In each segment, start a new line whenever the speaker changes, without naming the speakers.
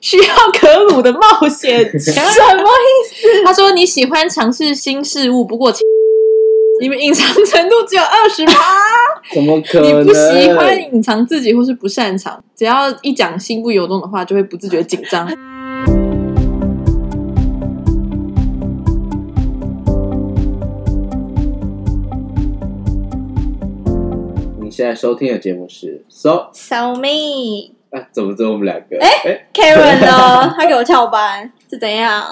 需要可鲁的冒险，什么意思？
他说你喜欢尝试新事物，不过请 你们隐藏程度只有二十趴，
怎么可
你
能？
不喜欢隐藏自己或是不擅长，只要一讲心不由衷的话，就会不自觉紧张。
你现在收听的节目是 So
小蜜
啊，怎么只有我们两个？哎、
Karen 呢？他给我翘班是怎样？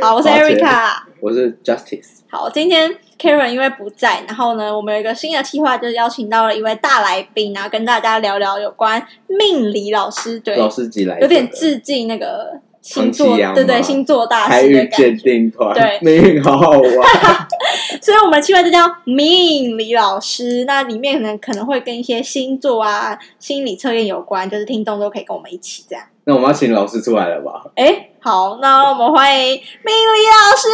好，我是
抱歉
Erica。
我是 Justice，
好，今天 Karen 因为不在，然后呢，我们有一个新的计划，就是邀请到了一位大来宾，然后跟大家聊聊有关命理老师，对，
老师级来的
有点致敬那个星座，
唐奇阳
对对，
吗
星座大
台
师的
语
感
鉴
觉。
定团，
对
命运好好玩。
所以我们计划就叫命理老师，那里面可能可能会跟一些星座啊、心理测验有关，就是听众都可以跟我们一起这样。
那我们要请老师出来了吧？
哎，好，那我们欢迎命理老师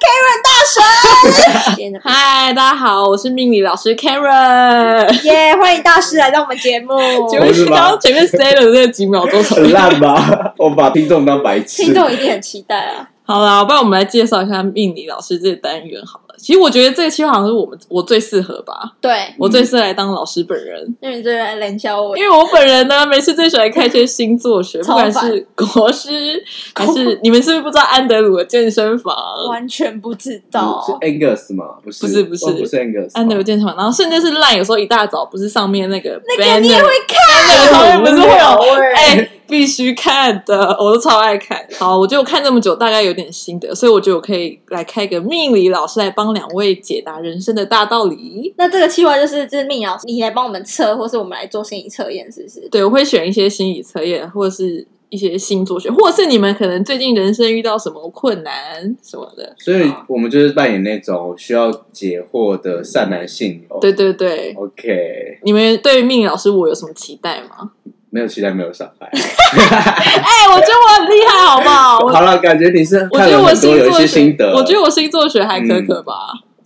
Karen 大神。今天 的
嗨，大家好，我是命理老师 Karen。
耶欢迎大师来到我们节目。
请问
是
刚
吗
刚前面 say 了这几秒钟，
很 烂吧？我把听众当白痴。
听众一定很期待啊！
好啦，不然我们来介绍一下命理老师这个单元好了。其实我觉得这个计划好像是我们我最适合吧，
对，
我最适合来当老师本人，
因为你这个人冷笑我
因，为我本人呢每次最喜欢看一些星座学，不
超
管
烦
是国师还是你们是不是不知道安德鲁的健身房？
完全不知道
嗯。是 Angus 吗？不是，
不是不是
哦不是 Angus，
安德鲁健身房，然后甚至是烂，有时候一大早不是上面那个
那哎个你欸也
banner
会
那个上面不是会有哎、
哎，
必须看的，我都超爱看。好，我觉得我看这么久，大概有点心得，所以我觉得我可以来开个命理老师来帮两位解答人生的大道理。
那这个计划就是致命老师，你来帮我们测，或是我们来做心理测验，是不是？
对，我会选一些心理测验，或者是一些星座学，或者是你们可能最近人生遇到什么困难什么的。
所以我们就是扮演那种需要解惑的善男信友。
对对对，
，OK，
你们对命理老师我有什么期待吗？
没有期待，没有伤害。
哎、我觉得我很厉害，好不好？我
好了，感觉你是
我
看
觉得
了
我
很多
星
有一
座
些
学
心，得。嗯
我觉得我星座学还可可吧。。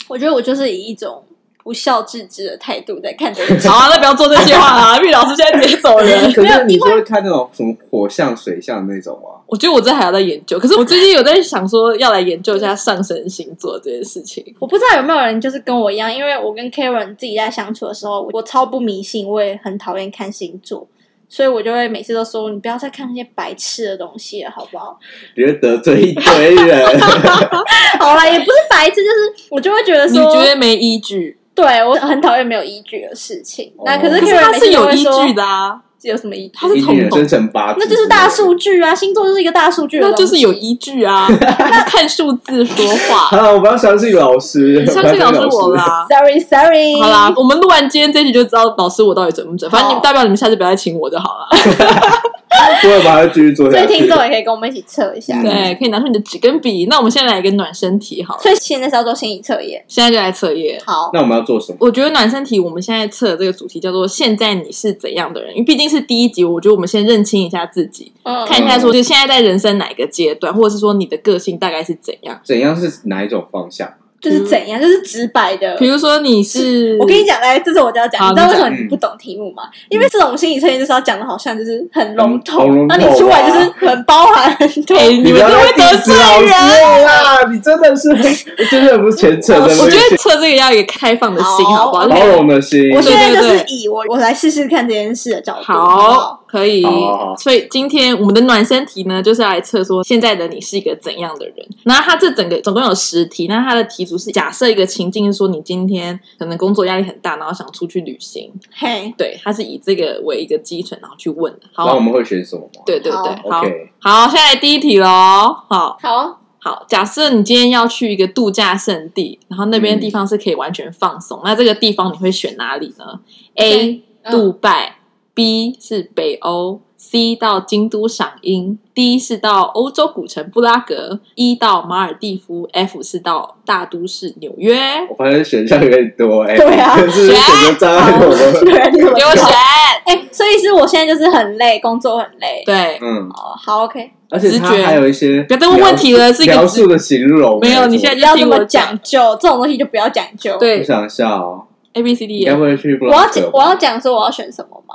我觉得我就是以一种不孝至至的态度在看这个
好啊，那不要做这些话 啦，命理老师现在直接走人。
可是你是会看那种什么火象、水象那种 吗？
我觉得我这还要在研究，可是我最近有在想说要来研究一下上升星座这件事情。
我不知道有没有人就是跟我一样，因为我跟 Karen 自己在相处的时候，我超不迷信，我也很讨厌看星座，所以我就会每次都说你不要再看那些白痴的东西了，好不好？
你会得罪一堆人。
好啦，也不是白痴，就是我就会觉得
你
说，
觉得没依据？
对我很讨厌没有依据的事情。
哦
那可是
可是
Karen
它
每
是
次都
有
会
依
说
据的啊，
有什么依据？
它是
一
统
定
统
生，辰八字，
那就是大。数据啊，星座就是一个大数据的
那
东西，
就是有依据 啊。那看数字说话，
好了，我不要相信老师，
相信老
不要
师
相
我 啦。
Sorry Sorry，
好啦，我们录完今天这一集就知道老师我到底准不准。反正你们代表你们下次不要再请我就好了。
我也把它继续做
所
下
以
去
听。众也可以跟我们一起测一下。
嗯
对，可以拿出你的纸跟笔。那我们现在来一个暖身题 好了，
所以现在是要做心理测验。
现在就来测验。
好，
那我们要做什么？
我觉得暖身题我们现在测的这个主题叫做“现在你是怎样的人”，因为毕竟是第一集，我觉得我们先认清一下自己，
嗯，
看一下说就现在在人生哪一个阶段，或者是说你的个性大概是怎样。
怎样是哪一种方向？
就是怎样，就是直白的
比。如说你是，
我跟你讲，来，这是我就要讲，
嗯好
你知道
你
为什
讲嗯
么你不懂题目吗？因为这种心理测验就是要讲的好像就是很笼
很嗯
统，
笼
那
统
你出来就是很包含很 多
哎、。你
不
们
要
真的
再
会得
抵制
罪
老师
人。
了啦！你真的是， 真的不是虔诚的那个，
我觉得测这个要有一个开放的心，
好
好不好？
包容的心。
我现在就
对
是
对
以我我来试试看这件事的角度。不
好，可以
好好。好
所以今天我们的暖身题呢，就是要来测说现在的你是一个怎样的人。那它这整个总共有十题，那它的题组是假设一个情境，是说你今天可能工作压力很大，然后想出去旅行，
嘿，
对，它是以这个为一个基准，然后去问的。
然后我
好，
们会选什么吗？
对对对，
好
好
OK
好，下来第一题喽。好
好，
好，假设你今天要去一个度假胜地，然后那边
嗯
地方是可以完全放松，那这个地方你会选哪里呢？A
对嗯
杜拜、b 是北欧，C 到京都赏樱，D 是到欧洲古城布拉格，E 到马尔蒂夫，F 是到大都市纽约。
我发现选项有点多哎，
对啊
可是选择障碍我们。
对啊你怎么
给我
知道
选，
哎，所以是我现在就是很累，工作很累。
对，
嗯，
哦，好，OK，
而且它
直觉
还有一些
别再问问题了是一个
描述的形容。
没有，你
什
现
么
不要
在就
这
听
么
我
讲
讲。
究，这种东西就不要讲究。，
对
我想一下哦，
，A B C D
应该
E，
会去布
我要
拉
讲
格吧。
我要讲说我要选什么吗？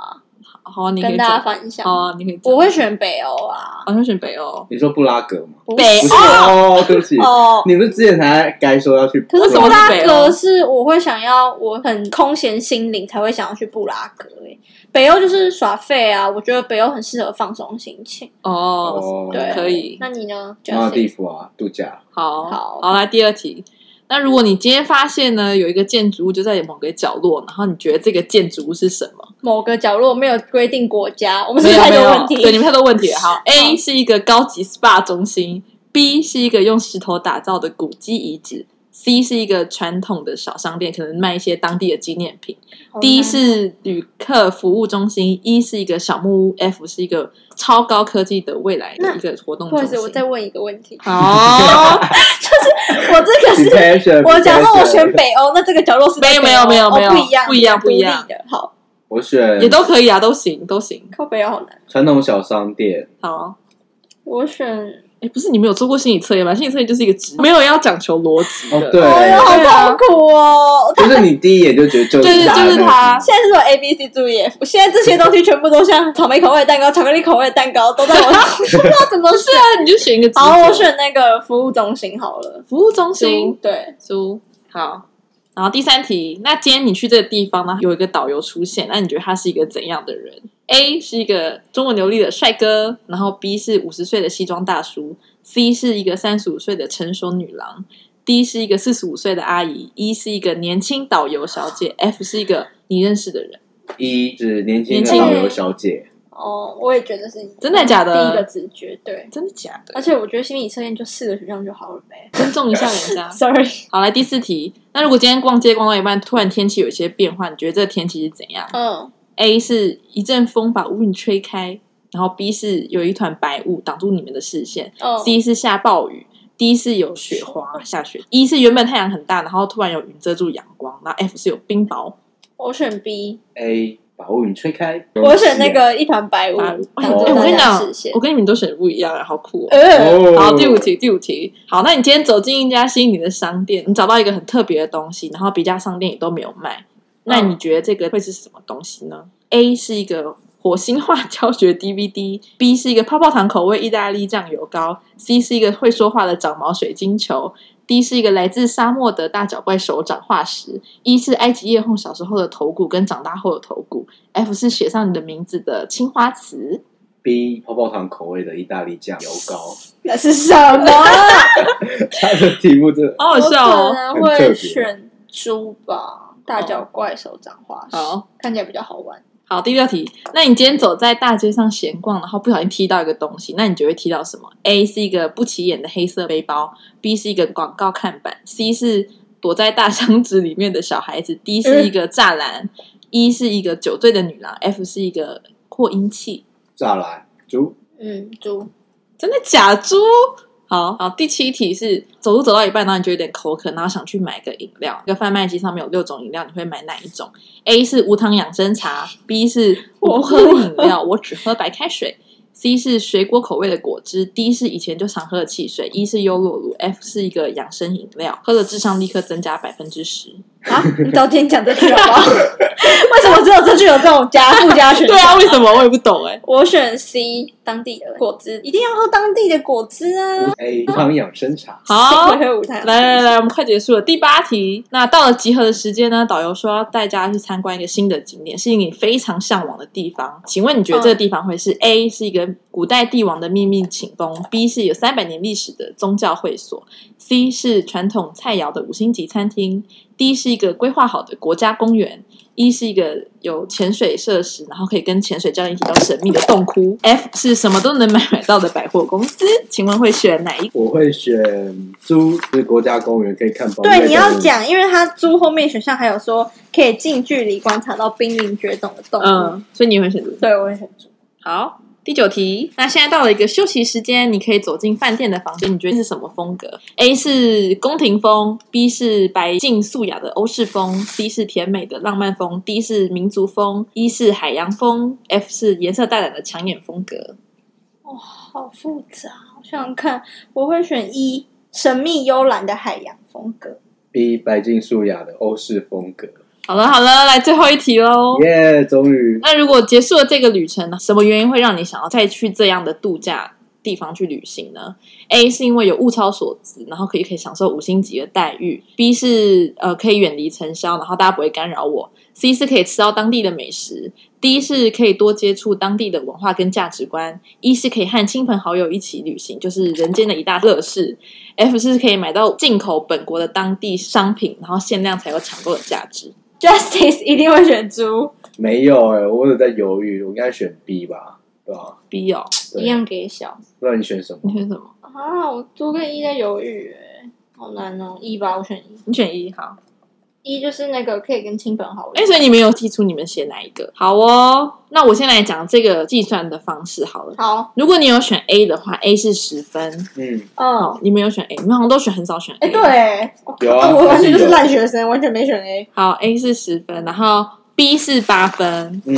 好啊，你可
跟
以
大家
讲。
分享。
好啊，你可以讲。
我会选北欧啊，
好像选北欧。
你说布拉格吗？
不
北
不是哦，对不起，
哦。
你们之前才该说要去布
可
拉格，
是
为什
布
么
拉
是北
格
欧
是我会想要，我很空闲心灵才会想要去布拉格、欸。北欧就是耍废啊，我觉得北欧很适合放松心情。
哦，
哦，
对，
可以
那你呢？
马尔
Jesse？
地夫啊，度假，
好，
好
来第二题。那如果你今天发现呢，有一个建筑物就在某个角落，然后你觉得这个建筑物是什么？
某个角落没有规定国家，我们是
没
不
有
是太
没
多
有
问题。
对，你们太多问题了。好，A 是一个高级 SPA 中心，B 是一个用石头打造的古迹遗址，C 是一个传统的小商店，可能卖一些当地的纪念品
好
，D
难
是旅客服务中心，E 是一个小木屋，F 是一个超高科技的未来的一个活动
不好
中
意
心
思，。我再问一个问题。
哦，
我这个
你
是
再选，
我假
你
设
再
我选，北欧，那这个角落是在
没有
北
没有
欧
没有
哦
没有
不一样
不一样
独立
不一样
的。好，
我 选
也都可以啊，都行都行。
靠北欧好难。
传统小商店，
好，
我选，
哎，不是你们有做过心理测验吗？心理测验就是一个指没有要讲求逻辑
哦
的，
对，
哎呦，
对啊
好痛苦哦！
就是你第一眼就觉得 就
对
是
对，
他
就是他。
现在是有 A B C 注意，现在这些东西全部都像草莓口味的蛋糕、巧克力口味的蛋糕都在 我，不知道怎么选。
啊那你就选一个。
好，我选那个服务中心好了。
服务中心。
对，
租好。然后第三题，那今天你去这个地方呢，有一个导游出现，那你觉得他是一个怎样的人？A 是一个中文流利的帅哥，然后 B 是五十岁的西装大叔，C 是一个三十五岁的成熟女郎，D 是一个四十五岁的阿姨，E 是一个年轻导游小姐，F 是一个你认识的人。
一就是年轻
年
的
轻
导
人
游小姐，
哦，我也觉得是
真的假的
第一个直觉，对。
真的假的？
而且我觉得心理测验就四个选项就好了呗。
尊重一下人 家。
Sorry，
好，来第四题，那如果今天逛街逛到一半，突然天气有一些变化，你觉得这个天气是怎样？
嗯，
A 是一阵风把乌云吹开，然后 B 是有一团白雾挡住你们的视线、
哦，
c 是下暴雨，D 是有雪花下雪，E 是原本太阳很大，然后突然有云遮住阳光，然后 F 是有冰雹。
我选 B，
A 把乌云吹开，
我选那个一团白雾
啊哎、
挡住
我
哦大
跟你
家
讲
视线，
我。跟你们都选的不一样，好酷、哦。
呃，
哦，
好，第五题，第五题。好，那你今天走进一家心仪的商店，你找到一个很特别的东西，然后别家商店也都没有卖，那你觉得这个会是什么东西呢、a 是一个火星话 教学 DVD，B 是一个泡泡糖口味意大利酱油膏，C 是一个会说话的长毛水晶球。D 是一个来自沙漠的大脚怪手掌化石，E 是埃及艳后小时候的头骨跟长大后的头骨，F 是写上你的名字的青花瓷。
B 泡泡糖口味的意大利酱油膏，
那是什么？
他的题目真的
好好
我
笑
可
哦！
能
很特别
会选猪吧，大脚怪手掌花式，
好。
看起来比较好玩。
好，第六题，那你今天走在大街上闲逛，然后不小心踢到一个东西，那你就会踢到什么？A 是一个不起眼的黑色背包，B 是一个广告看板，C 是躲在大箱子里面的小孩子，D 是一个栅栏、e 是一个酒醉的女郎，F 是一个扩音器。
炸来猪
嗯，猪
真的假猪？好好，第七题是走路走到一半，然后你就有点口渴，然后想去买个饮料。一个贩卖机上面有六种饮料，你会买哪一种？A 是无糖养生茶，B 是我不喝饮料，我只喝白开水。C 是水果口味的果汁，D 是以前就常喝的汽水，E 是优酪乳，F 是一个养生饮料，喝了智商立刻增加百分之十。
啊，你早点讲这句好不好？为什么只有这句有这种加附加选项？
对啊，为什么我也不懂哎、
我选 C，当地的果汁一定要喝当地的果汁啊！
A 汤养生茶，
好，
会舞台
来来来，我们快结束了。第八题，那到了集合的时间呢？导游说要带大家去参观一个新的景点，是你非常向往的地方。请问你觉得这个地方会是 A 是一个古代帝王的秘密寝宫，B 是有三百年历史的宗教会所，C 是传统菜肴的五星级餐厅，D 是一个规划好的国家公园。E 是一个有潜水设施，然后可以跟潜水教练一起到神秘的洞窟。F 是什么都能买买到的百货公司，请问会选哪一个？
我会选猪，是国家公园可以看宝贝动物。
对，你要讲，因为它猪后面选项还有说可以近距离观察到濒临绝种的动物。
嗯，所以你会选择
对，我也选猪。
好，第九题，那现在到了一个休息时间，你可以走进饭店的房间，你觉得是什么风格？A 是宫廷风，B 是白净素雅的欧式风，C 是甜美的浪漫风，D 是民族风，E 是海洋风，F 是颜色大胆的抢眼风格。
哇、好复杂！我想想看，我会选 E，一神秘幽蓝的海洋风格。
B 白净素雅的欧式风格，
好了好了，来最后一题喽。
耶，终于
那如果结束了这个旅程呢？什么原因会让你想要再去这样的度假地方去旅行呢？A 是因为有物超所值，然后可以可以享受五星级的待遇；B 是呃可以远离尘嚣，然后大家不会干扰我；C 是可以吃到当地的美食；D 是可以多接触当地的文化跟价值观；E 是可以和亲朋好友一起旅行，就是人间的一大乐事；F 是可以买到进口本国的当地商品，然后限量才有抢购的价值。
Justice 一定会选猪，
没有哎、我有在犹豫，我应该选 B 吧，对吧？
B 哦，
对
一样给小
不然你选什
你
么？
选什么？
啊！我猪跟一在犹豫、欸，好难哦。一吧，我选一。
你选 E 好。
一就是那个可以跟亲朋好友。
哎、所以你们有提出你们写哪一个？好哦，那我先来讲这个计算的方式好了。
好，
如果你有选 A 的话，A 是十分。
嗯，
嗯
哦，，你们有选 A，你们好像都选很少选 A。
哎、对，欸，
有啊，
我完全就是
有
烂学生，完全没选 A。
好，A 是十分，然后 B 是八分，
嗯，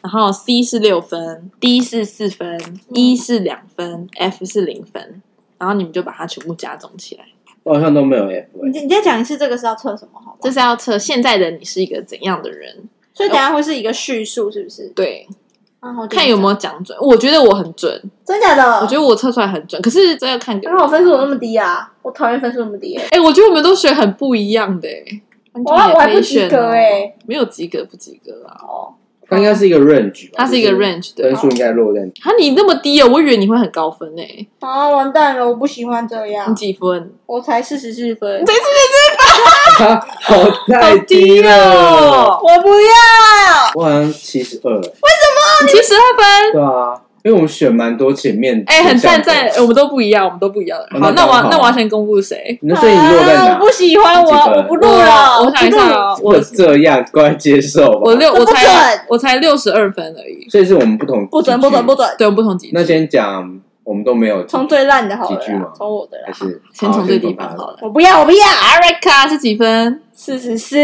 然后 C 是六分，D 是四分、e 是两分，F 是零分，然后你们就把它全部加总起来。
我好像都没有 F 欸、
你再你再讲一次这个是要测什么好吗？
这是要测现在的你是一个怎样的人？
所以等一下会是一个叙述，是不是？
对，
啊，好紧张
看有没有讲准。我觉得我很准，
真假的？
我觉得我测出来很准，可是这要看个
为
人
什么分数那么低啊？我讨厌分数那么低、欸。
哎、我觉得我们都选很不一样的、欸，观众
哇
也
我还
可以
不及
选
格
哦
欸
没有及格不及格啊，
哦，
它应该是一个 range 吧？
它是一个
就是
range 的
分。数应该落在
啊，你那么低哦，我以为你会很高分诶、欸
啊，完蛋了，我不喜欢这
你
样。
几分？
我才四十四分，
哈 好太低
低
了，
哦，
我不要。
我好像七十二，
你七十二分，
对啊，因为我们选蛮多前面，
哎、很赞赞、欸我们都不一样，我们都不一样。好，
哦那
那我
刚好
要那我要先公布谁？
那所以你落在
啊
哪
我不？喜欢我，
几分
我不录了。
我我想一下
不录，
啊，
我
我
这样，乖，接受吧。
我六，
这不
我才
准
我才六十二分而已，
所以是我们不同，
不准，不准，不。准。
对，我们不同级。
那先讲，我们都没有
从最烂的好了
几句
啦
嘛，
从我的啦
还。是
先从最低分好。
好
了。
我不要，我不要。
Erica 是几分？
四十四。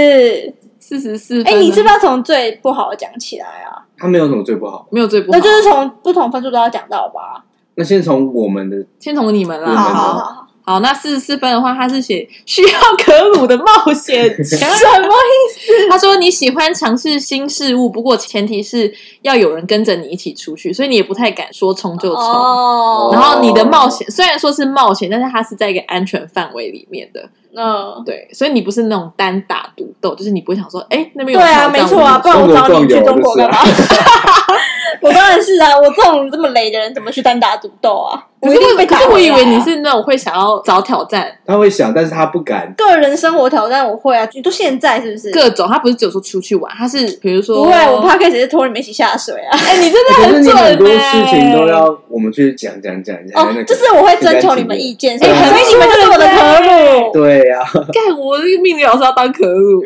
四十四分啊
哎，
呢。
你是不是要从最不好的讲起来啊？
他没有什么最不好，
没有最不好？
那就是从不同分数都要讲到吧？
那先从我们的
先从你们啦。
对
好
没
好
错
好好。
好，那四十四分的话，他是写需要可鲁的冒 险家。
什么意
他说你喜欢尝试新事物，不过前提是要有人跟着你一起出去，所以你也不太敢说冲就
思？
冲。
哦
然后你的冒险虽然说是冒险，但是它是在一个安全范围里面的，
嗯，
对，所以你不是那种单打独斗，就是你不会想说，哎，那边有
对啊，
挑战
没错啊，
我就
不然我找你去中
中
国
国就是
干
啊
嘛？ 我当然是啊，我这种这么雷的人，怎么去单打独斗啊？我
可
一
是
定
我
被
可
打
是
回来啊。
我以为你是那种会想要找挑战
他会想，但是他不敢。
个人生活挑战，我会啊。你都现在是不是？
各种，他不是只有说出去玩，他是比如说
不会，我怕开始是拖你们一起下水啊。
哎，你真的
可是
很
你
准、欸，
很多事情都要我们去讲讲讲讲。
哦
那个，
就是我会征求你们意见，所以
哎很
所以你们就是我的可鲁。
对啊呀，
干，我这个命理老师要当可恶。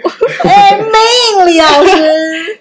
哎，命理老师，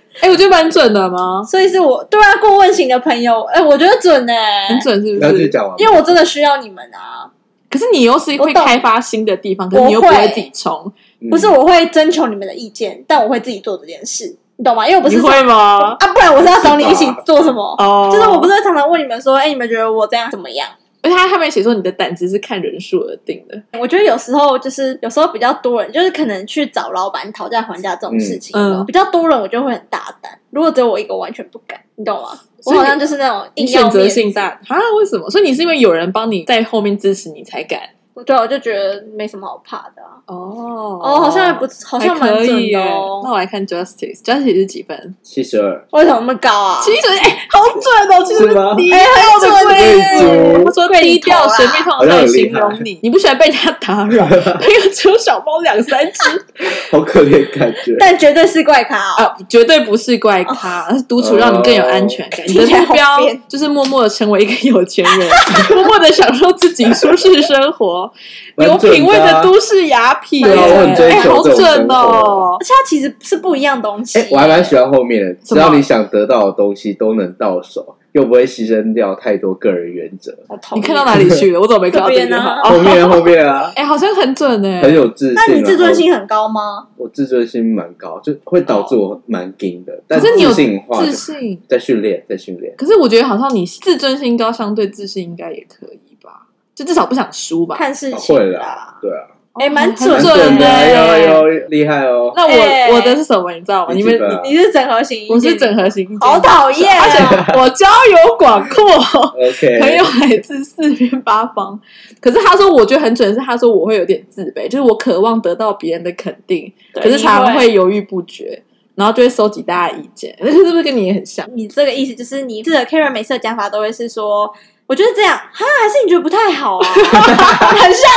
哎、我觉得蛮准的吗？
所以是我对啊，顾问型的朋友，哎，我觉得准哎，
很准是不？
然后就是讲完。
因为我真的需要你们啊。
可是你又是
我
会
懂
开发新的地方，可是你又不
我会
会自己冲，
嗯
不是，我会征求你们的意见，但我会自己做这件事，你懂吗？因为我不
你
是
会吗？
啊，不然我是要找你一起做什么？
哦
就是我不，是常常问你们说，哎、你们觉得我这样怎么样？
而且他他们也写说你的胆子是看人数而定的。
我觉得有时候就是有时候比较多人，就是可能去找老板讨价还价这种事情，
嗯嗯
比较多人我就会很大胆。如果只有我一个，完全不敢，你懂吗？
所
我
以
好像就是那种
你
硬要
选择
面子
性，大啊？为什么？所以你是因为有人帮你在后面支持你才敢
对，啊我就觉得没什么好怕的、啊。
哦
哦，好像也不，好
好
像蛮
可以
准的
耶。
哦
那。我来看 Justice，Justice 是几分？
七十二，
为什么那么高啊？
其实哎，好准哦，其实
是吗
低
哎，很准
贵
耶
族
他说低调神秘，通常在形
好像
容你，你不喜欢被人家 打扰，朋友只有小猫两三只
好可怜的感觉。
但绝对是怪咖哦。
啊，绝对不是怪咖，而是独
哦
处让你更有安全感。你的
听起来
目
好
标
变
就是默默的成为一个有钱人， 默默的享受自己舒适生活，有
蛮准的啊
品味的都市雅痞。
对啊我很追
哎，
求
好
这种
准
生
哦
活！
而且它其实是不一样东西
哎、
耶。
我还蛮喜欢后面的，
什
只
么
要你想得到的东西都能到手，又不会牺牲掉太多个人原则。
我讨
你
厌
看到哪 里去了？我怎么没看到这
这
句
边
话
啊？
后
哦
面后 面啊，
哎，好像很准哎，
很有自信。
那你自尊
然
心很高吗
后？？我自尊心蛮高，就会导致我蛮硬的。但
可是你有
自信化
自
就
信。
在训练，在训练。
可是我觉得好像你自尊心高，相对自信应该也可以吧，就至少不想输吧。啊
看事情
啊会啦
啦。
对啊，
哎、蛮
哦很
准
准
的，哎
欸
哟哟，厉害哦！
那我、
哎
我的是什么？你知道吗？
你
哦你
记
们
得啊
你
你是整合型，
我是，整合型，
好讨厌
而
哦。
且我交友广阔。
OK，
朋友来自四面八方，可是他说，我觉得很准的是，他说我会有点自卑，就是我渴望得到别人的肯定，
对
可是常常
因为
会犹豫不决，然后就会收集大家的意见， 那是不是跟你也很像？
你这个意思就是你这个 Karen 每次的讲法都会是说，我觉得这样哈，还是你觉得不太好 啊？ 很像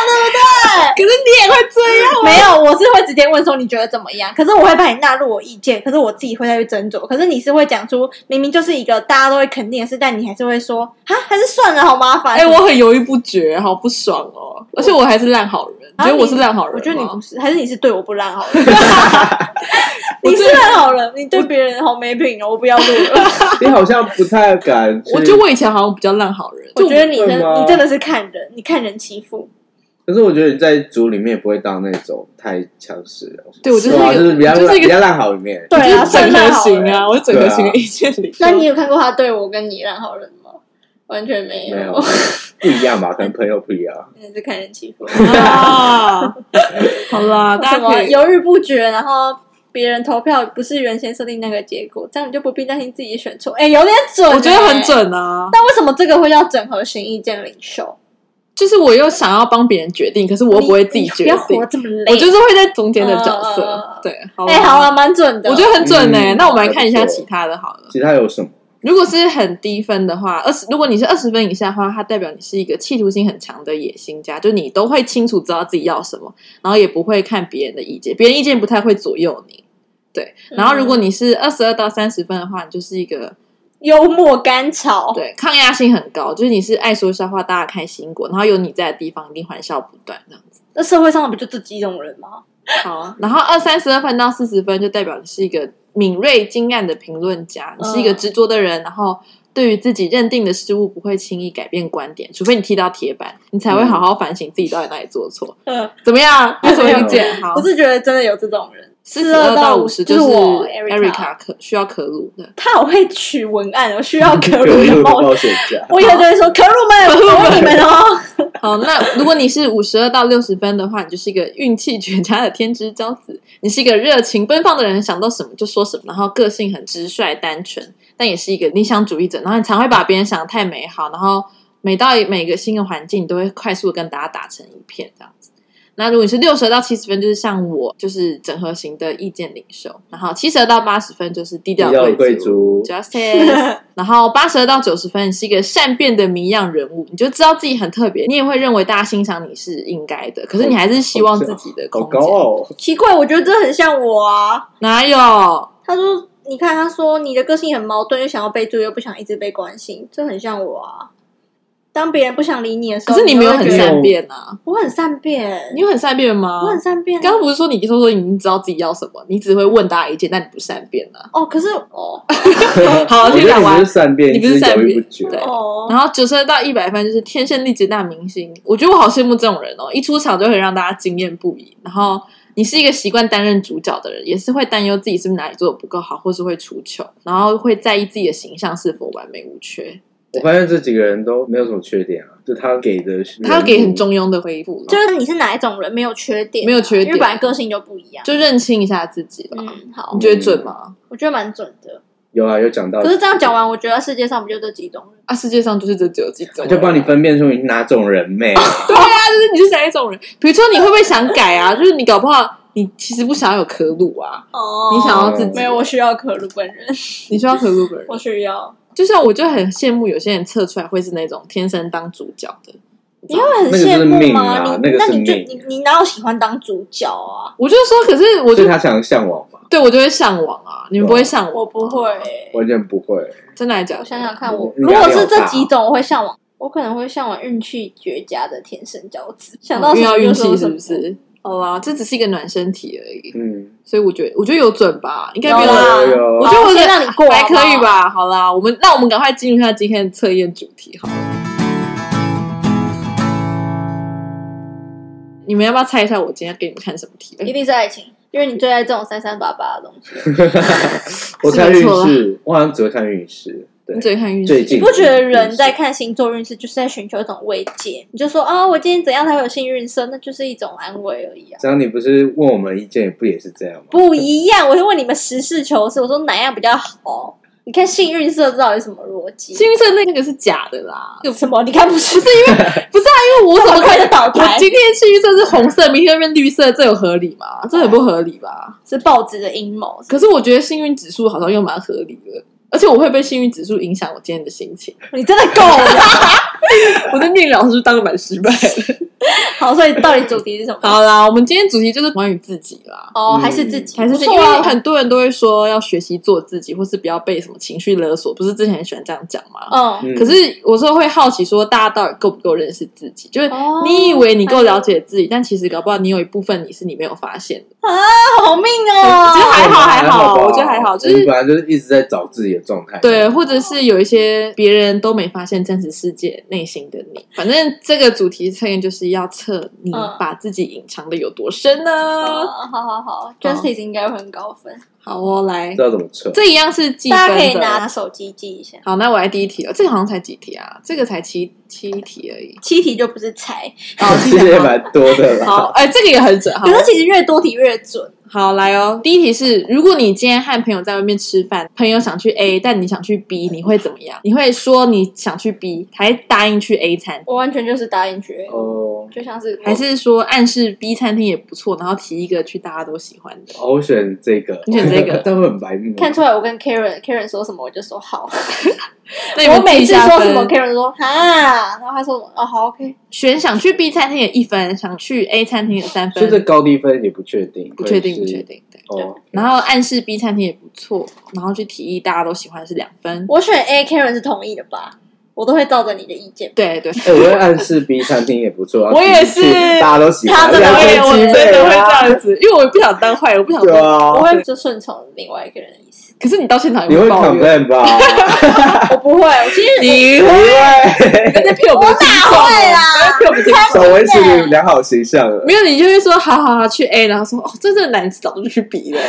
可是你也会这样， 啊
没有，我是会直接问说你觉得怎么样，可是我会把你纳入我意见，可是我自己会再去斟酌。可是你是会讲出明明就是一个大家都会肯定的事，但你还是会说啊，还是算了，好麻烦。
哎、我很犹豫不决，好不爽哦，而且我还是烂好人，你
啊
觉得我
你
是烂好人吗？
我觉得你不是，还是你是对我不烂 好人？
我
你
对
是烂好人，你对别人好没品哦，我不要录了。
你好像不太敢去，
我觉得我以前好像比较烂好人，
我
就
觉得你真
会吗
你真的是看人，你看人欺负。
可是我觉得你在组里面也不会当那种太强势的，
对我就是
是吧
一个
啊就是比较
我就是一个
比较烂好里面。
对啊，
我就是整
算烂
合
好人
型啊，我整合型的
对
意见领袖。
那 你有看过他对我跟你烂好人吗？完全没
没 有，不一样吧？可能朋友不一样。
那是看人欺负。
啊，好啦，大
什
家可
么
以
犹豫不决，然后别人投票不是原先设定那个结果，这样你就不必担心自己选错。哎、有点准、欸
我觉得很。准啊。
但为什么这个会叫整合型意见领袖？
就是我又想要帮别人决定，可是我又不会自己决
你你不要
定
活，这么累。
我就是会在中间的角
嗯
色。对，好
哎、好
了，
了，蛮准的。
我觉得很准呢、
嗯
那我们来看一下
还不错
其他的好了。
其他有什么？
如果是很低分的话，二十，如果你是二十分以下的话，它代表你是一个企图心很强的野心家，就你都会清楚知道自己要什么，然后也不会看别人的意见，别人意见不太会左右你。对，然后如果你是二十二到三十分的话，你就是一个
幽默甘草，
对，抗压性很高，就是你是爱说笑话，大家开心果，然后有你在的地方一定欢笑不断这样子。
那社会上的不就这几种人吗？
好啊，然后二三十二分到四十分就代表你是一个敏锐精暗的评论家，你是一个
嗯
执着的人，然后对于自己认定的事物不会轻易改变观点，除非你踢到铁板，你才会好好反省自己到底哪里做错。
嗯，
怎么 样？有什么意见？好
我，是觉得真的有这种人，
四十二到五十
就
就是是
我
Erica 可需要可鲁的。
他好会取文案，我需
嗯
要可
有
鲁
有的
的冒
冒险家，
我以后就会说可鲁们，我问你们哦。
好，那如果你是五十二到六十分的话，你就是一个运气绝佳的天之骄子。你是一个热情奔放的人，想到什么就说什么，然后个性很直率单纯，但也是一个理想主义者。然后你常会把别人想得太美好，然后每到每个新的环境，你都会快速地跟大家打成一片这样子。那如果你是六十到七十分，就是像我，就是整合型的意见领袖。然后七十到八十分就是低调
要
贵
贵族，
Justice。然
哦
后八十二到九十分，你是一个善变的谜样人物，你就知道自己很特别，你也会认为大家欣赏你是应该的，可是你还是希望自己的
好
空
高哦
间。
傲。
奇怪，我觉得这很像我啊。
哪有？
他说：“你看，他说你的个性很矛盾，又想要被注意，又不想一直被关心，这很像我啊。当别人不想理你的时
可
候，
是你没有很
就会觉得
善变啊！
我很善变，
你有很善变吗
我？很善变啊、
刚刚不是说你说说你已经知道自己要什么，你只会问大家意见，但你不善变啊。
哦，可是哦
好，
我
先
觉得
讲
你
完
不是。善变，
你不是
只是
善
犹
变
豫不决。
对
哦，
然后九十到一百分就是天生丽质大明星，我觉得我好羡慕这种人哦，一出场就会让大家惊艳不已。然后你是一个习惯担任主角的人，也是会担忧自己是不是哪里做的不够好，或是会出糗，然后会在意自己的形象是否完美无缺。
我发现这几个人都没有什么缺点啊，就他给的，
他要给很，中庸的回复，就
就是你是哪一种人，没有缺点，啊
没有缺点
因为本来个性就不一样。
就认清一下自己吧。
嗯，好
你，觉得准吗？
我觉得蛮准的。
有啊，有讲到。
可是这样讲完，我觉得世界上不就这几种人？
啊，世界上就是这只有几种人啊，
就帮你分辨出你是哪种人妹。
就是你是哪一种人？比如说你会不会想改啊？就是你搞不好你其实不想要有可鲁啊，
哦
你想要自己
没有？我需要可鲁本人，
你需要可鲁本人。
我需要，
就像我就很羡慕有些人测出来会是那种天生当主角的，
你会很
那个就是
羡慕
命
吗？
啊
你
那个是
你就
命
你你哪有喜欢当主角啊？
我就说，可是我
所
就
以他想向往 嘛，
对我就会向往啊，你们不会向往？
我不会欸、
完全不会。
真的来讲，
我想想看，
嗯
我
应
如
该
果
没有
是这
吧
哦
几种，我会向往，我可能会向往运气绝佳的天生骄子，想
嗯
到什
又
么
要
就
运
说
气
什
是
么
不？是？好啦，这只是一个暖身题而已，
嗯，
所以我觉得我觉得有准吧，应该没
有
有。
啦
有有有
我觉得
好
我
先让你过
还
好不
可以
好
吧。好啦，我们那我们赶快进入一下今天的测验主题好了。你们要不要猜一下我今天给你们看什么题？
一定是爱情，因为你最爱这种三三八八的东西。
我
是
看
没
运
错啦
势，我好像只会看运势。对
你最看运势，
最近
你不觉得人在看星座运势，就是在寻求一种慰藉？你就说啊、我今天怎样才会有幸运色，那就是一种安慰而已啊，
这样你不是问我们意见，不也是这样吗？
不一样。我就问你们实事求是，我说哪样比较好？你看幸运色到底什么逻辑？
幸运色那那个是假的啦，
有什么？你看不是是因为
因为我 怎么看
这么快就倒台
我今天幸运色是红色，明天变绿色，这有合理吗？这很不合理吧？
是报纸的阴谋？
可是我觉得幸运指数好像又蛮合理的，而且我会被幸运指数影响我今天的心情。
你真的够了。
我在命理老师当的蛮失败的。
好，所以到底主题是什么？
好啦，我们今天主题就是关于自己啦。
哦，
嗯
还是自己，
还是
不
因
错
为
啊。
很多人都会说要学习做自己，或是不要被什么情绪勒索，不是之前很喜欢这样讲吗？
嗯，
嗯
可是我是会好奇说，大家到底够不够认识自己？就是
哦
你以为你够了解自己，但其实搞不好你有一部分你是你没有发现的。
好命
我觉得
哦！
还好，还
还
好，
吧
我觉得还好，就
你
是
本来就是一直在找自己的状态。
对，或者是有一些别人都没发现真实世界内心的你。反正这个主题测验就是要测你
嗯
把自己隐藏的有多深呢？
哦好好好，Justice 应该会很高分，
好哦，来
知，道怎么测？
这一样是计
大
分
家可以
的。
拿手机记一下。
好，那我来第一题了。这个好像才几题啊？这个才七七题而 已。
七题就不是猜，
哦，
其
七
实
题
也
好
蛮多的啦。
好，哎，这个也很准。好
可是其实越多题越准。
好，来哦。第一题是：如果你今天和朋友在外面吃饭，朋友想去 A，但你想去 B，你会怎么样？你会说你想去 B，还答应去 A 餐，
我完全就是答应绝，
哦，
就像是
还是说暗示 B 餐厅也不错，然后提一个去大家都喜欢的？
我选这个，
你选这 个
他们很白目。
看出来我跟 Karen Karen 说什么我就说好，
那你
我
们
每
记一
次
下
说
分
什么 Karen 说哈，然后他说什么哦好 OK，
选想去 B 餐厅也一分，想去 A 餐厅也三
所以这
分，
高低分也不确定，
不确定，
会
不
是
确。定。对。
哦，
然后暗示 B 餐厅也不错，然后去提议大家都喜欢是两分。
我选 A Karen 是同意的吧？我都会照着你的意见。
对对，
哎，我会暗示 B 餐厅也不错啊。
我也
第一次
是
大家都喜欢，
他真的
两
会
个
我
鸡
真
肋
的会
啊
这样子，因为我不想当坏人，我不想
对
当。
啊，
我会就顺从另外一个人的意思，
可是你到现场有
你
没有
会
抱怨？
complain 吧？
我不会，我其实
你
不会，
不要再骗我们的听众
我
了，
哪会啦
不要再骗我们听众。
少维持你良好形象了。
没有，你就会说好好好去 A，然后说哦，这这个男子早就去 B 了，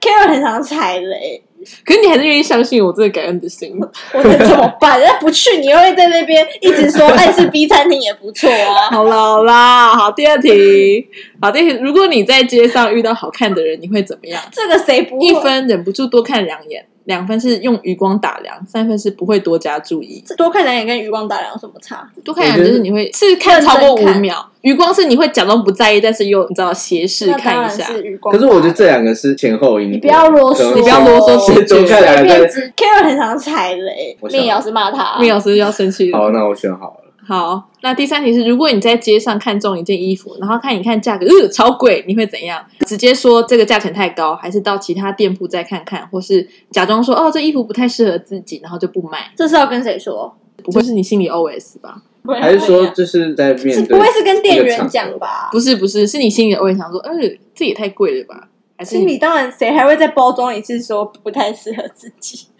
Karen 很常踩雷，
可是你还是愿意相信我这个感恩的心。
我能怎么 办？那不去，你又会在那边一直说爱吃 B 餐厅也不错啊。
好啦好啦，好，第二题， 好第二题，如果你在街上遇到好看的人，你会怎么样？
这个谁不会？
一分忍不住多看两眼，两分是用余光打量，三分是不会多加注意。
这多看两眼跟余光打量有什么差？
多看两眼就是你会是看超过五秒，余光是你会假装不在意，但是又你知道斜视
那当
看
然
一下。
是余光打
可是
量。
我觉得这两个是前后因果，
你不要啰嗦，
可能
你不要啰嗦
先先哦多看两个
面
再。
子 Karen 很常踩雷，
我想
命老师骂他，
米老师要生气了。
好，那我选好了。
好，那第三题是：如果你在街上看中一件衣服，然后看一看价格，呃，超贵，你会怎样？直接说这个价钱太高，还是到其他店铺再看看，或是假装说哦，这衣服不太适合自己，然后就不买？
这是要跟谁说？
不会是你心里 OS 吧？
还是
啊
说就是在
是
面
不
对
会是跟店员讲吧？
不是，不是，是你心里的 OS 想说，呃，这也太贵了吧？还是
心
你
里当然谁还会再包装一次说不太适合自己？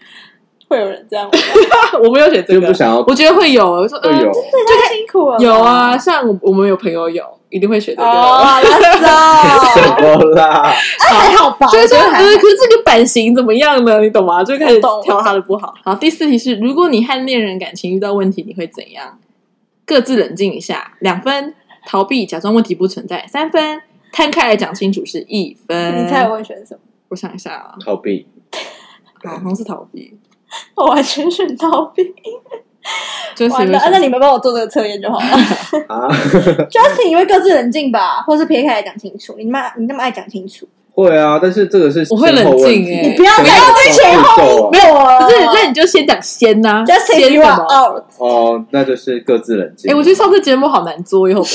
会有人这样吗？
啊我没有选这
就不
个？
想要
我觉得会有，我说
会
嗯
有，
这 太辛苦了吧。
有啊，像我我们有朋友有，一定会选这个。
哦，
什
拉
么啦？
还好 吧？
就是说，
我觉得还好
呃，可是这个版型怎么样呢？你懂吗？就开始
我懂
挑他的不好。好，第四题是：如果你和恋人感情遇到问题，你会怎样？各自冷静一下，两分；逃避，假装问题不存在，三分；摊开来讲清楚是一分。
你猜我会选什么？
我想一下啊，
逃避，
好好像是逃避，
我完全选逃避。
就是
完
因
了，
为
啊那你们帮我做这个测验就好 了。
啊，
Justin，你会各自冷静吧，或是撇开来讲清楚。你妈，你那么爱讲清楚，
会啊，但是这个是
我会冷静欸
你不要
再
再要在前后
没
没有啊？
不是，那你就先讲先呐、
Justin
先
you
什
are
么？
out。
哦，那就是各自冷静。
哎、我
？
觉得上次节目好难做，以后不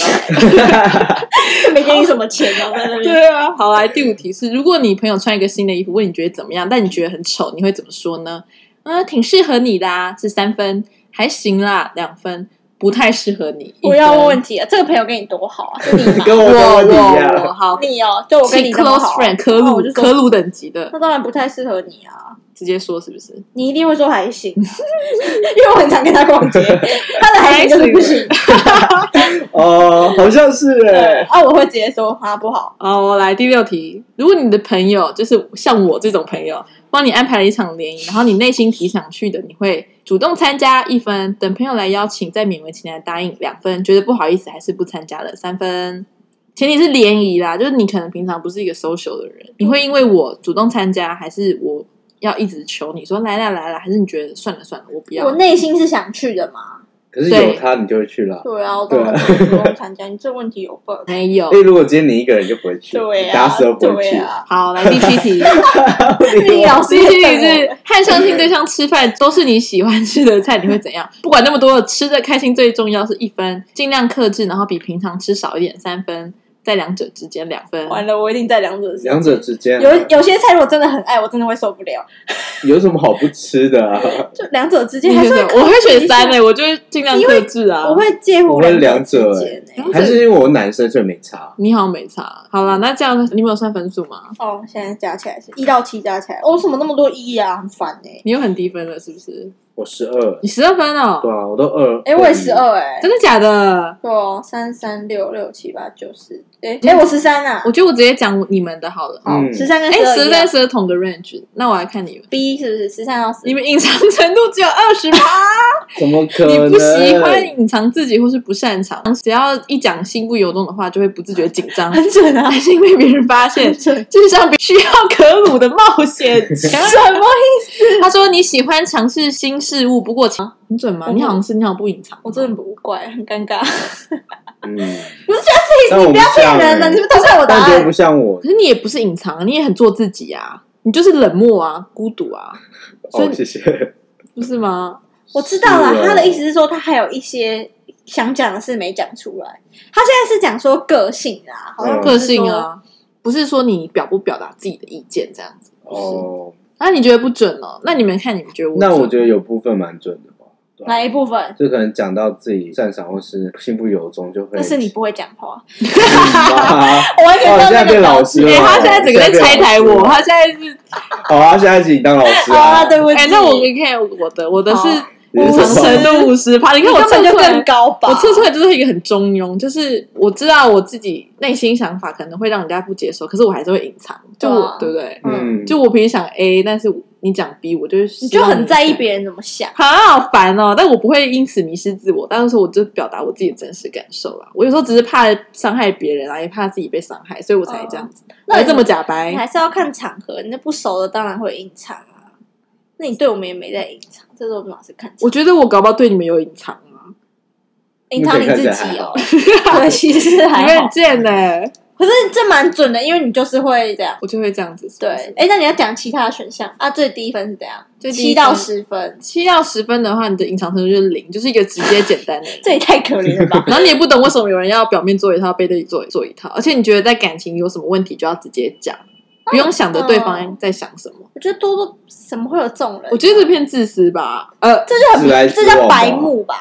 要来。
没给你什么钱 哦，在那边。
对啊，好来第五题是：如果你朋友穿一个新的衣服，问你觉得怎么样，但你觉得很丑，你会怎么说呢？嗯，挺适合你的啊，是三分，还行啦，两分，不太适合你。一分
我要问问题啊，这个朋友跟你多好啊，是 你吗
跟
我
我的问题
我我
啊，
好，
你哦，就我跟
请
你这么
close
好啊，
friend 科
那我
鲁
就说
科鲁等级的
那当然不太适合你啊。
直接说是不是？
你一定会说还 行啊，因为我很常跟他逛街，他的还行就是不行。
哦，好像是哎、
啊，我会直接说啊不好，
哦，来第六题，如果你的朋友就是像我这种朋友，帮你安排了一场联谊，然后你内心挺想去的，你会主动参加一分，等朋友来邀请再勉为其难答应两分，觉得不好意思还是不参加了三分。前提是联谊啦，就是你可能平常不是一个 social 的人，你会因为我主动参加，还是我要一直求你说来啦来啦，还是你觉得算了算了，我不要
我。内心是想去的嘛。
可是
对
有他你就会去了。
对啊，我当然不会主动参加，你这问题有 bug。
没有
哎、。如果今天你一个人就不会去，
对
你打
啊，
死都不会
对
去。
啊，
好，来第七题。
你老师
所以
也
这里
等
是 和相亲对象吃饭，都是你喜欢吃的菜，你会 怎样？不管那么多，吃的开心最重要，是一分，尽量克制，然后比平常吃少一点，三分，在两者之间两分
我。完了，我一定在两者之间
两者之间啊、
有有些菜如果真的很爱，我真的会受不了。
有什么好不吃的啊？
就两者之 间
你
还
觉
是
得
会
我会选
一下
三呢，我就会尽量克制啊。
我会介乎
我会
两
两者
者之间欸
两者
还是因为我男生所以没差。
你好像没差。好了，那这样你没有算分数吗？
哦，现在加起来是一到七加起来，哦，为什么那么多一啊？很烦哎、欸。
你又很低分了，是不是？
我十二，
你十二分哦、
对啊，我都二。
哎、我也十。二哎。
真的假的？
对哦，三三六六七八九十，哎哎，我十三啊
我，觉得我直接讲你们的好了。
嗯
十三跟
哎、十
12
三
一哦样
十二同个 range，那我来看你们，
B 是不是十三到
你
十？
们隐藏程度只有二十
怎么可
你
能？
不喜欢隐藏自己或是不擅长，只要一讲心不由衷的话，就会不自觉紧张，
很准啊
担，心被别人发现
很。准。啊
就像需要可鲁的冒险家，什么意思？他说你喜欢尝试新事物，不过啊很准吗？
我不
你好像是你好像不隐藏，啊
我真的不怪，很尴尬。
嗯，
不是
但我不
你不要 骗人了，
像
你
欸
是不是偷看我答
但觉得
案
不？像我
可，是你也不是隐藏，你也很做自己啊，你就是冷漠啊，孤独啊，所以
哦，谢 谢。
不是吗？
我知道
是
了，
哦
他的意思是说他还有一些想讲的事没讲出来。他现在是讲说个性啊，好像
嗯
不
个
是说
性。啊，不是说你表不表达自己的意见这样子。
哦，
啊，你觉得不准哦？那你们看，你们觉得我
那我
准
觉得有部分蛮准的吧，对啊
哪一部分？
就可能讲到自己擅长或是心不由衷，就会。
那是你不会讲话，
吧
我完全
哦
不
你现
知道
在
那个
变老
老
师
师。
了
哎、他现在整个在拆台我，
啊
他现在是
好啊，下一集你当老师
好 啊，
啊。
对不起。
哎、那我给你看我的，我的是
好
你是
长
什么
程度哦五十趴，你
你
看我
根
测
本就
出来
更，高吧？
我测出来就是一个很中庸，就是我知道我自己内心想法可能会让人家不接受，可是我还是会隐藏，就
对
我
啊
对不对？
嗯，
就我平时想 A，但是你讲 B，我就是
你就很在意
人。
别人怎么想。
好烦哦！但我不会因此迷失自我，但是我就表达我自己的真实感受啦。我有时候只是怕伤害别人啊，也怕自己被伤害，所以我才这样子，
那
我
你
这么假白
你。还是要看场合，你那不熟的当然会隐藏啊。那你对我们也没在隐藏，这是我们老师看场。
我觉得我搞不好对你们有隐藏啊，
隐藏你自
目前看
己
起来还
哦
好，
对，其实
你
还
们很
好。
贱呢、
可是这蛮准的，因为你就是会这样。
我就会这样子。是不
对
是，
哎，那你要讲其他的选项啊？最低分是怎样？
最
七
低分
到十分，
七到十分的话，你的隐藏程度就是零，就是一个直接简 单的人。！
这也太可怜了吧
然后你也不懂为什么有人要表面做一套，背地里做做一套，而且你觉得在感情有什么问题就要直接讲，
嗯
不用想着对方在想什么。
我觉得多多怎么会有这种人？
我觉得这偏自私吧，呃，这
自来
这
自
叫
往吧
白。目吧？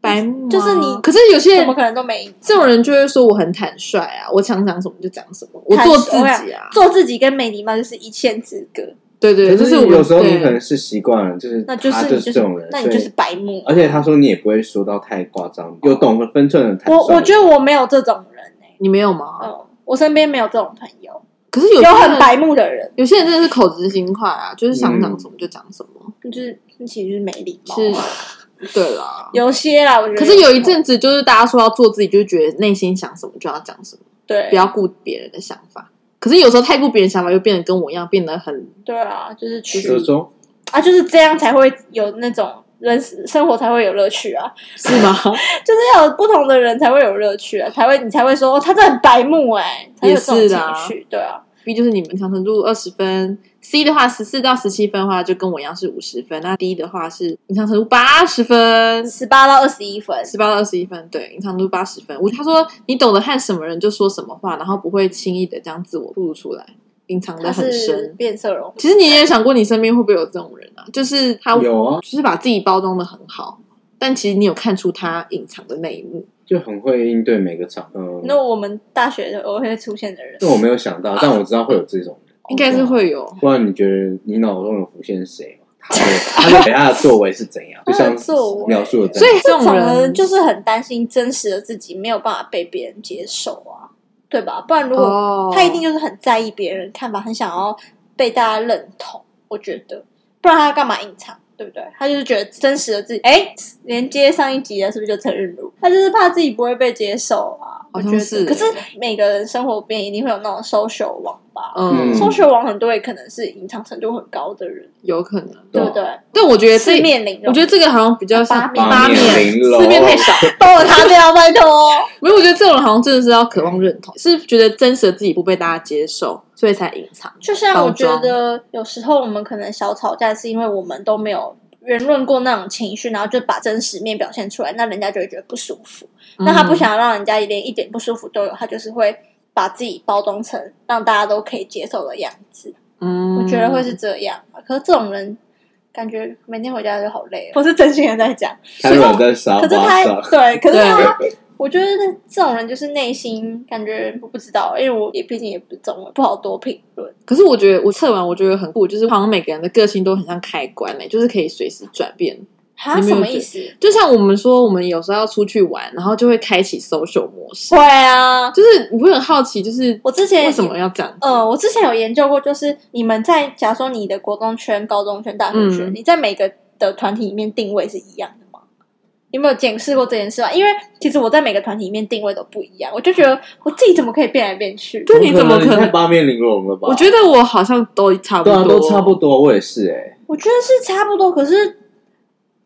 白目啊、
就是你
可是有些
怎
人
么可能都没隐
这种人就会说我很坦率啊，我想讲什么就讲什么，我做自
坦
己
率
啊，
哦做自己跟没礼貌就是一线之隔，
对对，
可
就是是我
有时候你
对
可能是习惯了，就是
那就
他
是
就
你
是
就
这
是
种人，
那你就
所以
是白目。啊
而且他说你也不会说到太夸张，有懂得分寸的坦率。
我我觉得我没有这种人哎，
你没有吗？
嗯，我身边没有这种朋友，
可是有些
有
人
很白目的人，
有些人真的是口直心快啊，就是想讲什么就讲什么，
就是其实就是没礼貌。啊
是，对啦。
有些啦，我觉得。
可是有一阵子，就是大家说要做自己，就觉得内心想什么就要讲什么，
对
不要顾别人的想法。可是有时候太顾别人想法，又变得跟我一样，变得很
对啊，就是去
折中，
啊，就是这样才会有那种人生活才会有乐趣啊，
是吗？
就是要有不同的人才会有乐趣啊，才会你才会说、哦、他这很白目哎、才有这种
也是啊
情绪，对啊，
B 就是你们长程度二十分，C 的话十四到十七分的话就跟我一样是五十分，那 D 的话是隐藏程度八十分，
十八到二十一分，
十八到二十一分，对，隐藏程度八十分。我他说你懂得和什么人就说什么话，然后不会轻易的将自我暴露出来，隐藏的
他
很
是
深。
变色龙，
其实你也想过你身边会不会有这种人啊？就是他就
有啊，
是把自己包装的很好，但其实你有看出他隐藏的那一幕。
就很会应对每个场。嗯，
那我们大学的我会出现的人，
这我没有想到，但我知道会有这种人，
哦
应该是会有，
不然你觉得你脑中有浮现谁吗？好的，他的他的作为是怎样？就像
他的作为
描述的这
所
样，
以这种
这种人
人就是很担心真实的自己没有办法被别人接受啊，对吧？不然如果、
哦
他一定就是很在意别人看法，很想要被大家认同。我觉得，不然他干嘛隐藏？对不对？他就是觉得真实的自己，哎，连接上一集的是不是就陈韵如？他就是怕自己不会被接受啊。
好
我
像
觉得，
是欸
可是每个人生活边一定会有那种 social 网吧、
嗯
嗯
s o c i a l 网很多也可能是隐藏程度很高的人，
有可能。
对不
对
对？
但我觉得
四
这，
面玲珑，
啊我觉得这个好像比较像
八面
八
八面
面，
玲珑哦
四面太少。
帮我擦掉，啊拜托。
没有，我觉得这种人好像真的是要渴望认同，是觉得真实的自己不被大家接受，所以才隐藏。
就像
包
我觉
装
得有时候我们可能小吵架，是因为我们都没有圆润过那种情绪，然后就把真实面表现出来，那人家就会觉得不舒服。
嗯
那他不想让人家连一点不舒服都有，他就是会把自己包装成让大家都可以接受的样子。
嗯，嗯
我觉得会是这样啊。可是这种人，感觉每天回家就好累、哦。我是真心的在讲，
他软在沙
可是
发
他
上，
对，可是
对
他。我觉得这种人就是内心感觉我不知道，因为我也毕竟也不是中文，不好多评论。
可是我觉得我测完，我觉得很酷，就是好像每个人的个性都很像开关呢、就是可以随时转变。
哈，
你没
什
有
么
觉
意思？
就像我们说，我们有时候要出去玩，然后就会开启 social 模式，
会啊，
就是你会很好奇，就是嗯
我之前
为什么要这样？
嗯
呃，我之前有研究过，就是你们在假如说你的国中圈、高中圈、大学圈，
嗯
你在每个的团体里面定位是一样的吗？有没有检视过这件事啊？因为其实我在每个团体里面定位都不一样，我就觉得我自己怎么可以变来变去？
对，你怎么
你
可
太
能？
八面玲珑了吧？
我觉得我好像都差不
对
多，
啊，都差不多，我也是哎，
我觉得是差不多，可是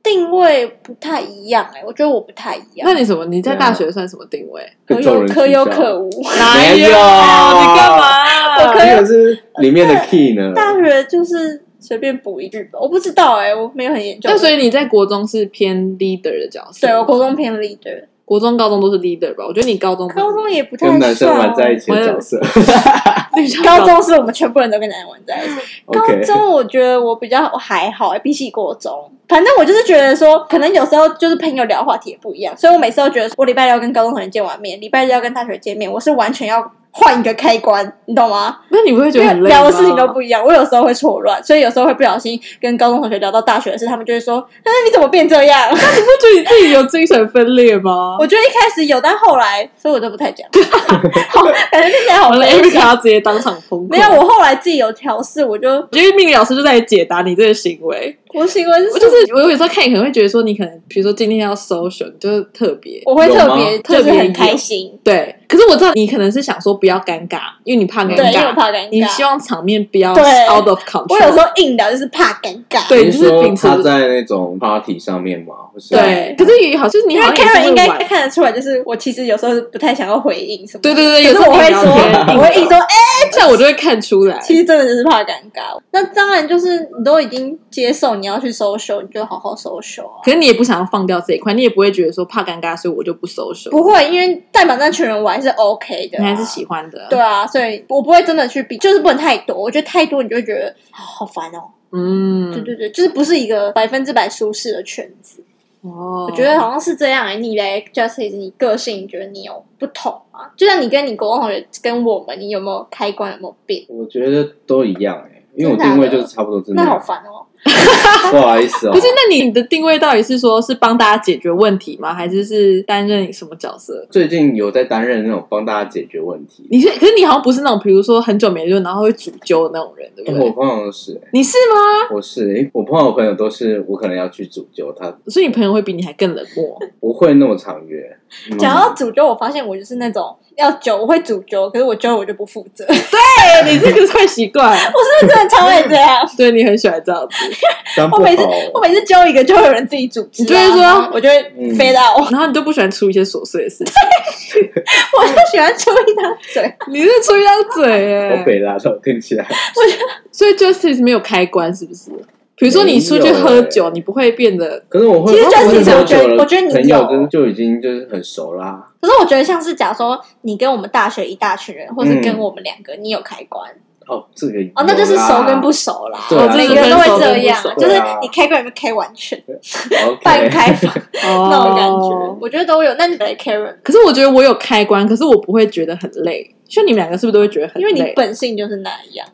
定位不太一样哎、我觉得我不太一样
那，你什么？你在
啊
大学算什么定位？
可
跟众
有
人
可有
取笑嗯
可无。
哪
没有
哎你干嘛？
我可以
这个是里面的 key 呢，
大学就是随便补一句吧，我不知道哎、我没有很研究。
那所以你在国中是偏 leader 的角色，
对我国中偏 leader，
国中、高中都是 leader 吧？我觉得你高中不是
高中也不太
跟男生
算
玩
哦
在一起的角色。
高中是我们全部人都跟男人玩在一起。 高
OK，
中我觉得我比较还好、比起国中，反正我就是觉得说，可能有时候就是朋友聊话题也不一样，所以我每次都觉得我礼拜六跟高中同学见完面，礼拜日要跟大学见面，我是完全要。换一个开关，你懂吗？
那你不会觉得
因为
很累吗
聊的事情都不一样，我有时候会错乱，所以有时候会不小心跟高中同学聊到大学的事，他们就会说：“嗯，你怎么变这样
不觉得你自己有精神分裂吗？”
我觉得一开始有，但后来， 所以我都不 太讲，好，感觉听起来好
我们
累。啊
Erica 要直接当场崩溃。
没有，我后来自己有调试，我就
我觉得命理老师就在解答你这个行为。
我行为是
我就是我有时候看你可能会觉得说，你可能比如说今天要 social，你就是特别
我会
有
特
吗
别
特
就是
别
很
有
开心，
对。可是我知道你可能是想说不要尴尬，因为你怕尴
对，因为我
尬，
怕尴
你希
尬。
望场面不要
对
out of control。
我有时候硬聊就是怕尴尬，
对
你
就是
说
秉持
他在那种 party 上面嘛，或是
对，可是也好，就是你
因为
好像也是
Karen
会
应该
玩
看得出来，就是我其实有时候是不太想要回应什么
对
的。
对对，有时
可
候
是我会
你聊天
说，我会硬说，哎，
像我就会看出来。
其实真的就是怕尴尬。那当然就是你都已经接受你要去 social，你就好好 social 啊。
可是你也不想要放掉这一块，你也不会觉得说怕尴尬，所以我就不收手。
不会，因为代表那群人我还是 OK 的啊，
你还是喜欢的。
对，啊，所以我不会真的去比，就是不能太多。我觉得太多你就会觉得啊好烦哦。
嗯，
对对对，就是不是一个百分之百舒适的圈子。
哦，
我觉得好像是这样、欸。你嘞，Justice，你个性你觉得你有不同吗？就像你跟你国中同学跟我们，你有没有开关有没有变？
我觉得都一样哎，因为我
真的
定位
假的
就是差不多，真的
那好烦哦、
不好意思哦
不。是，那你的定位到底是说是帮大家解决问题吗？还是是担任什么角色？
最近有在担任那种帮大家解决问题，
你是，可是你好像不是那种，比如说很久没论，然后会主揪的那种人，对不
哎
对？
我朋友是哎，
你是吗？
我是哎，我碰到的朋友都是我可能要去主揪他，
所以你朋友会比你还更冷 漠。
不会那么常约。嗯
讲到主揪，我发现我就是那种要揪我会主
嗯
揪，可是我揪我就不负责， 我
哎、你这个坏习惯，
真的超爱
嗯
这样。
对你很喜欢这样子。
当不
我每次
好，
我每次揪一个，就会有人自己组织、
你
啊，
就会说
我就会
嗯
飞到，
然后你就不喜欢出一些琐碎的事情，
我就喜欢揪一张嘴。
你是出一张嘴哎、
我北拉到听起来，
所以 justice 没有开关是不是？比如说你出去喝酒，你不会变得
可是我会，
其实
我
Justice，
认识
我觉得
久了
我觉得你
朋友
有
就就已经就是很熟啦。
可是我觉得像是，假如说你跟我们大学一大群人，或是跟
嗯
我们两个，你有开关、
哦，这个
哦，那就是
有啦
熟跟不熟啦。
对啊
每 个人都会这样，
熟跟
不熟
就是
对啊
你开关有没有开完全，
OK
半 开放。那种感
哦
觉，我觉得都有。那你来 Karen，
可是我觉得我有开关，可是我不会觉得很累。就你们两个是不是都会觉得很
因
累？
为你本性就是那样，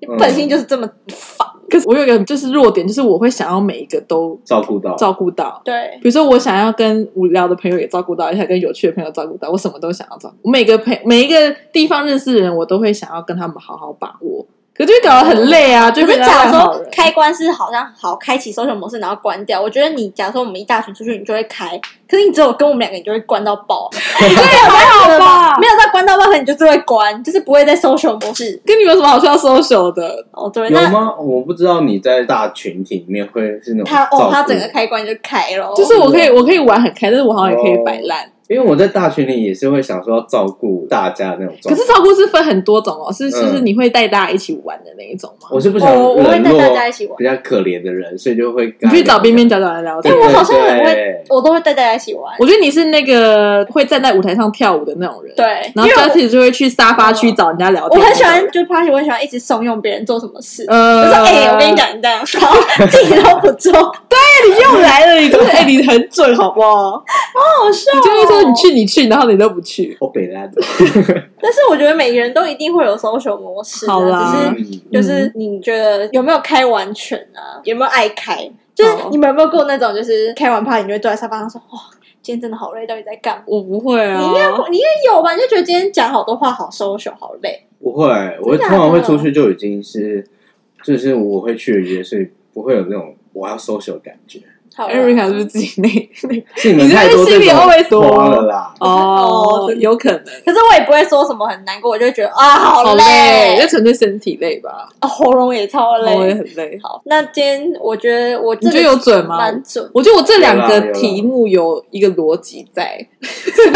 你
嗯
本性就是这么烦。
可是我有一个就是弱点，就是我会想要每一个都
照顾到，
照顾到。
对
比如说，我想要跟无聊的朋友也照顾到，也想跟有趣的朋友照顾到，我什么都想要照顾。我每个朋每一个地方认识的人，我都会想要跟他们好好把握。可就会搞得很累啊，就
可
会
是
变成
假如
烂好
说
人。
开关是好像好开启搜寻模式，然后关掉。我觉得你假如说我们一大群出去，你就会开，可是你只有跟我们两个，你就会关到 爆。你就还好
吧
没有到关到爆，可能你就是会关，就是不会在搜寻模式。
跟你们有什么好需要 social 的？
哦，对，
有
那
吗？我不知道你在大群体里面会是那种
他
照
哦
顾，
他整个开关就开
哦
了，
就是我可以，我可以玩很开，但是我好像也可以摆烂。
因为我在大群里也是会想说要照顾大家那种
可
状态。
是照顾是分很多种哦，是就是
嗯
你会带大家一起玩的那一种吗？
我是不想
哦我我会
冷
带大家
落
一起玩，
比较可怜的人，所以就会
你
跟他
去找
聊
边边角角来聊天
对。
我好像
对
很会，我都会带大家一起玩。
我觉得你是那个会站在舞台上跳舞的那种人，。
对，因
然后
为
j u
我
s t 就会去沙发
哦
区找人家聊
我
天。
很喜欢，就是 party，我很喜欢一直怂恿别人做什么事。
呃，
我说：“哎、我跟你，讲，你这样，然后自己都不做，
你又来了，你 真的哎，你很准，好不好？好
好笑、哦
你就会说你去，你去，然后你都不去。
我北兰的，
但是我觉得每个人都一定会有 social 模式、啊，
好啦嗯
只是
嗯
就是你觉得有没有开完全啊？有没有爱开？就是
好
你们有没有过那种，就是开完趴，你就会坐在沙发上说：‘哇，今天真的好累，到底在干嘛
我不会？’啊
你应该不你应该有吧？你就觉得今天讲好多话，好 social，好累。
不会，我通常会出去就已经是，就是我会去的约，所以不会有那种我要 social 的感觉。
好啦
Erica 是不是自己那那
是你们太多这
你是
种
不是心里 always
花了 啦，
哦
哦，有可能，
可是我也不会说什么很难过，我就会觉得啊，好
好
累，
就纯粹身体累吧，
啊喉咙也超累。
我也很累。
好，那今天我觉得我
你
真
觉
的
得有准吗？
蛮准，
我觉得我这两
有啦有
个
啦
题目有一个逻辑 在，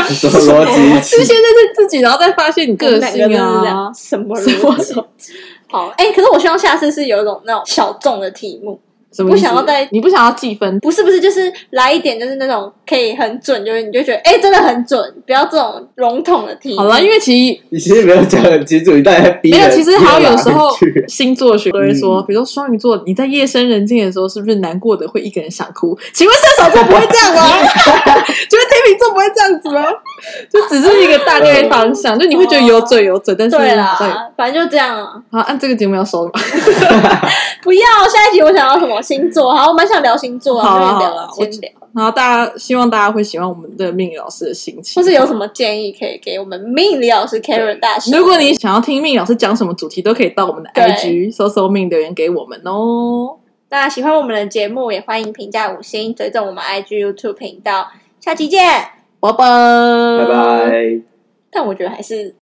什么逻
是
辑？
先认识自己，然后再发现你
我们
个
两个真
性
的是这
啊
样，。什么
什么
逻辑？好，哎、可是我希望下次是有一种那种小众的题目，
什么意思
不想要再
你不想要计分，
不是不是，就是来一点，就是那种可以很准，就是你就觉得哎、真的很准，不要这种笼统的题目。
好了，因
为
为其实
你其实没有讲很清楚，你大概逼
没
人
有，其实还有有时候
逼人
星座学都会说，
嗯
比如说双鱼座，你在夜深人静的时候，是不是难过的会一个人想哭？请问射手座不会这样啊？ 请问天秤座不会这样子吗？就只是一个大概方
嗯
向，就你会觉得有准有准，但是
对
好像也
啦，反正就这样啊。
好，按这个节目要收了吗。
不要，下一集我想要什么星座？好，我蛮想聊星座，
好啊
啊，先
好
聊
啊
先聊，
然后大家希望大家会喜欢我们的命理老师的心情，
或是有什么建议可以给我们命理老师 Karen 大师？
如果你想要听命理老师讲什么主题，都可以到我们的
对
IG 搜搜命留言给我们哦。
那喜欢我们的节目，也欢迎评价五星，追踪我们 IG、YouTube 频道。下期见！
拜拜，拜
拜拜。
但我觉得还是